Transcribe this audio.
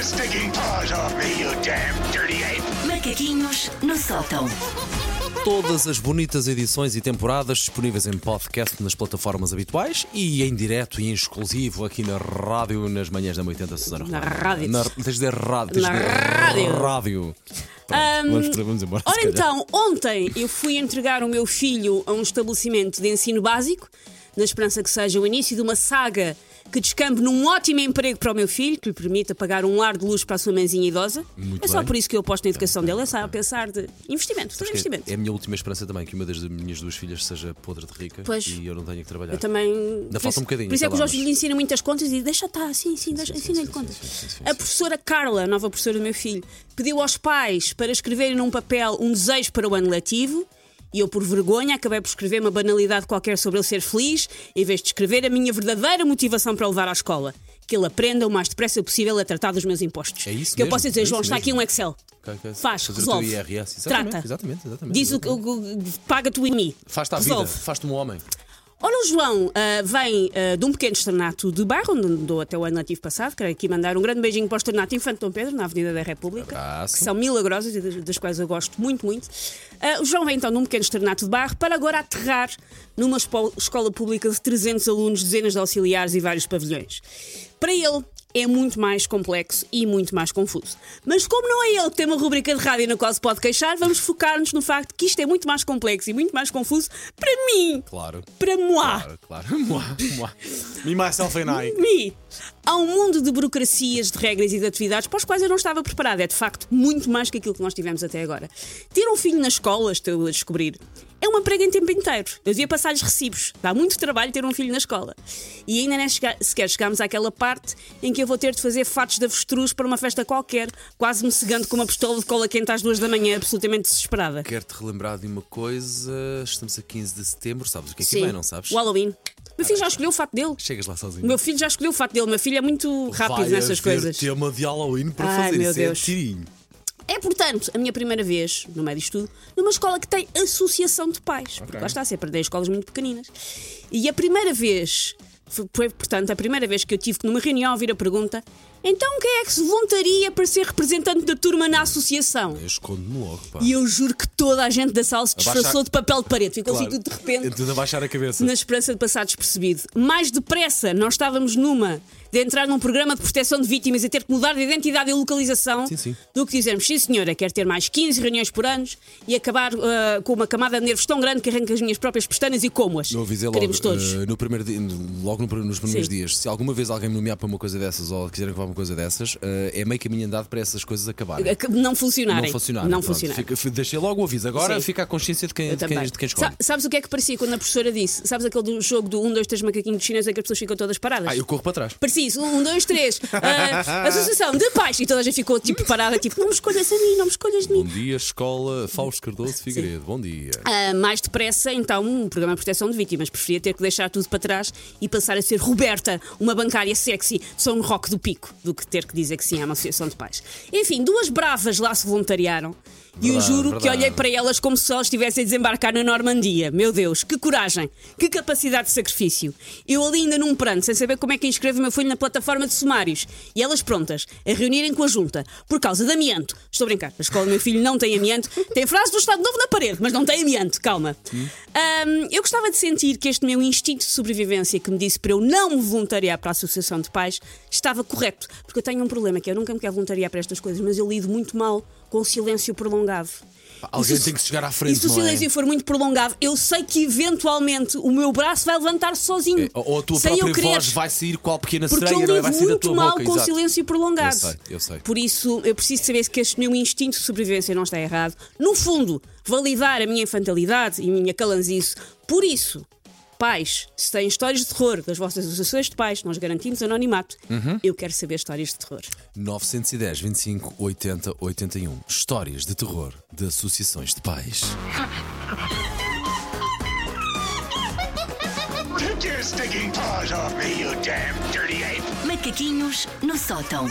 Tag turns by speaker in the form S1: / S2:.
S1: sticking paws off me, you damn dirty ape!
S2: Macaquinhos no sótão.
S3: Todas as bonitas edições e temporadas disponíveis em podcast nas plataformas habituais e em direto e em exclusivo aqui na rádio nas manhãs da 80 Susana.
S4: Na
S3: Romana.
S4: rádio.
S3: Na, tens de dizer rádio. tens
S4: Na
S3: de dizer
S4: rádio.
S3: rádio. Pronto,
S4: Ahm,
S3: vamos, vamos embora. se calhar.
S4: Ora então, ontem eu fui entregar o meu filho a um estabelecimento de ensino básico, na esperança que seja o início de uma saga que descambe num ótimo emprego para o meu filho, que lhe permita pagar um ar de luz para a sua mãezinha idosa.
S3: Muito
S4: é só
S3: bem. Tá
S4: por isso que eu aposto na educação dele, é só a pensar de investimento, tudo
S3: Porque
S4: investimento.
S3: É a minha última esperança também que uma das minhas duas filhas seja podre de rica
S4: Pois.
S3: e eu não tenha que trabalhar.
S4: Eu também. por
S3: É. falta
S4: isso-
S3: um bocadinho,
S4: Por isso é
S3: tá
S4: que o
S3: lá,
S4: Jorge
S3: mas-
S4: lhe ensina muitas contas e diz, deixa estar, sim, sim, deixa-
S3: sim, sim,
S4: ensina-lhe
S3: sim,
S4: contas.
S3: sim, sim, sim,
S4: A professora Carla, a nova professora do meu filho, pediu aos pais para escreverem num papel um desejo para o ano letivo. E eu, por vergonha, acabei por escrever uma banalidade qualquer sobre ele ser feliz, em vez de escrever a minha verdadeira motivação para o levar à escola. Que ele aprenda o mais depressa possível a tratar dos meus impostos.
S3: É isso
S4: que eu
S3: mesmo,
S4: posso dizer,
S3: é isso
S4: João, está
S3: mesmo.
S4: aqui um Excel.
S3: Ok, ok.
S4: Faz,
S3: Fazer
S4: resolve.
S3: O teu IRS. Exatamente,
S4: Trata.
S3: Exatamente, exatamente.
S4: Diz o que. o- o- Paga-te o IMI.
S3: Faz-te à vida,
S4: resolve.
S3: faz-te um homem.
S4: Ora, o João ah, vem ah, de um pequeno externato de bairro, onde andou até o ano letivo passado. Quero aqui mandar um grande beijinho para o externato Infante Dom Pedro, na Avenida da República,
S3: Abraço.
S4: que são milagrosas e das, das quais eu gosto muito, muito. Ah, o João vem então de um pequeno externato de bairro para agora aterrar numa espo- escola pública de 300 alunos, dezenas de auxiliares e vários pavilhões. Para ele. É muito mais complexo e muito mais confuso. Mas como não é ele que tem uma rubrica de rádio na qual se pode queixar, vamos focar-nos no facto que isto é muito mais complexo e muito mais confuso para mim,
S3: Claro.
S4: para moi.
S3: Claro, claro. Moi, moi. Me, myself and I.
S4: Mi, há um mundo de burocracias, de regras e de atividades para os quais eu não estava preparada. É de facto muito mais que aquilo que nós tivemos até agora. Ter um filho na escola, estou a descobrir, é uma prega em tempo inteiro. Eu devia passar-lhes recibos. Dá muito trabalho ter um filho na escola. E ainda nem chega- sequer chegámos àquela parte em que eu vou ter de fazer fatos de avestruz para uma festa qualquer, quase me cegando com uma pistola de cola quente às duas da manhã, absolutamente desesperada.
S3: Quero-te relembrar de uma coisa. Estamos a 15 de setembro, sabes o que é que
S4: Sim.
S3: vem, não sabes?
S4: O Halloween. Meu filho já escolheu o fato dele.
S3: Chegas lá
S4: O
S3: sozinho.
S4: meu filho já escolheu o fato dele. O meu filho é muito rápido
S3: Vai
S4: nessas
S3: haver
S4: coisas.
S3: tema de Halloween para
S4: Ai,
S3: fazer
S4: meu
S3: isso.
S4: Deus.
S3: É tirinho.
S4: É, portanto, a minha primeira vez, no meio disto tudo, numa escola que tem associação de pais. Porque lá está, sempre dei escolas muito pequeninas. E a primeira vez, foi, foi, portanto, a primeira vez que eu tive que, numa reunião, ouvir a pergunta: então quem é que se voluntaria para ser representante da turma na associação?
S3: Eu escondo-me logo, pá.
S4: E eu juro que toda a gente da sala se
S3: Abaixa-
S4: disfarçou de papel de parede. Ficou
S3: Claro. Então,
S4: assim tudo de repente
S3: Tudo a baixar a cabeça.
S4: na esperança de passar despercebido. Mais depressa, nós estávamos numa de entrar num programa de proteção de vítimas e ter que mudar de identidade e localização
S3: Sim, sim.
S4: do que dizermos, sim senhora, quero ter mais 15 reuniões por ano e acabar ah, com uma camada de nervos tão grande que arranca as minhas próprias pestanas e como-as.
S3: Eu avisei logo,
S4: Queremos todos.
S3: eh, no primeiro dia, logo no pr- nos primeiros
S4: Sim.
S3: dias, se alguma vez alguém me nomear para uma coisa dessas ou quiserem acabar uma coisa dessas, eh, é meio caminho andado para essas coisas acabarem.
S4: Ac- Não funcionarem.
S3: Não funcionarem.
S4: Não
S3: Pronto,
S4: funcionarem.
S3: fica- f- deixei logo o aviso. Agora
S4: Sim.
S3: fica a consciência de quem,
S4: Eu
S3: de quem,
S4: também.
S3: de quem escolhe.
S4: Sa- Sabes o que é que parecia quando a professora disse? Sabes aquele do jogo do 1, 2, 3 macaquinhos chineses em que as pessoas ficam todas paradas?
S3: Ah, eu corro para trás.
S4: Parecia isso, um, dois, três. Ah, associação de pais. E toda a gente ficou tipo parada, tipo, não me escolhas a mim, não me escolhas a mim.
S3: Bom dia, escola Fausto Cardoso Figueiredo. Bom dia.
S4: Ah, mais depressa, então, um programa de proteção de vítimas. Preferia ter que deixar tudo para trás e passar a ser Roberta, uma bancária sexy, só um rock do pico, do que ter que dizer que sim a uma associação de pais. Enfim, duas bravas lá se voluntariaram e eu
S3: Verdade,
S4: juro que
S3: verdade.
S4: olhei para elas como se elas estivessem a desembarcar na Normandia. Meu Deus, que coragem, que capacidade de sacrifício. Eu ali ainda num pranto, sem saber como é que inscrevo o meu filho na plataforma de sumários. E elas prontas, a reunirem com a junta, por causa de amianto. Estou a brincar, a escola do meu filho não tem amianto. Tem frase do Estado Novo na parede, mas não tem amianto, calma. Ahm, eu gostava de sentir que este meu instinto de sobrevivência que me disse para eu não me voluntariar para a Associação de Pais estava correto. Porque eu tenho um problema, que eu nunca me quero voluntariar para estas coisas, mas eu lido muito mal com o silêncio prolongado.
S3: Alguém
S4: E se-
S3: tem que chegar à
S4: E
S3: frente,
S4: se o
S3: não é?
S4: silêncio for muito prolongado, eu sei que eventualmente o meu braço vai levantar sozinho.
S3: É, Ou a tua
S4: sem
S3: própria
S4: eu querer,
S3: voz vai sair qual pequena
S4: Porque eu
S3: sereia, não é?
S4: lido
S3: Vai sair da
S4: muito
S3: tua
S4: mal
S3: boca.
S4: com o
S3: exato.
S4: silêncio prolongado.
S3: Eu sei, eu sei.
S4: Por isso, eu preciso saber se que este meu instinto de sobrevivência não está errado. No fundo, validar a minha infantilidade e a minha calanzice. Por isso, pais, se têm histórias de terror das vossas associações de pais, nós garantimos anonimato.
S3: Uhum.
S4: Eu quero saber histórias de terror.
S3: 910 25 80 81. Histórias de terror de associações de pais.
S1: Take your sticking paws off me, you damn dirty ape!
S2: Macaquinhos no sótão.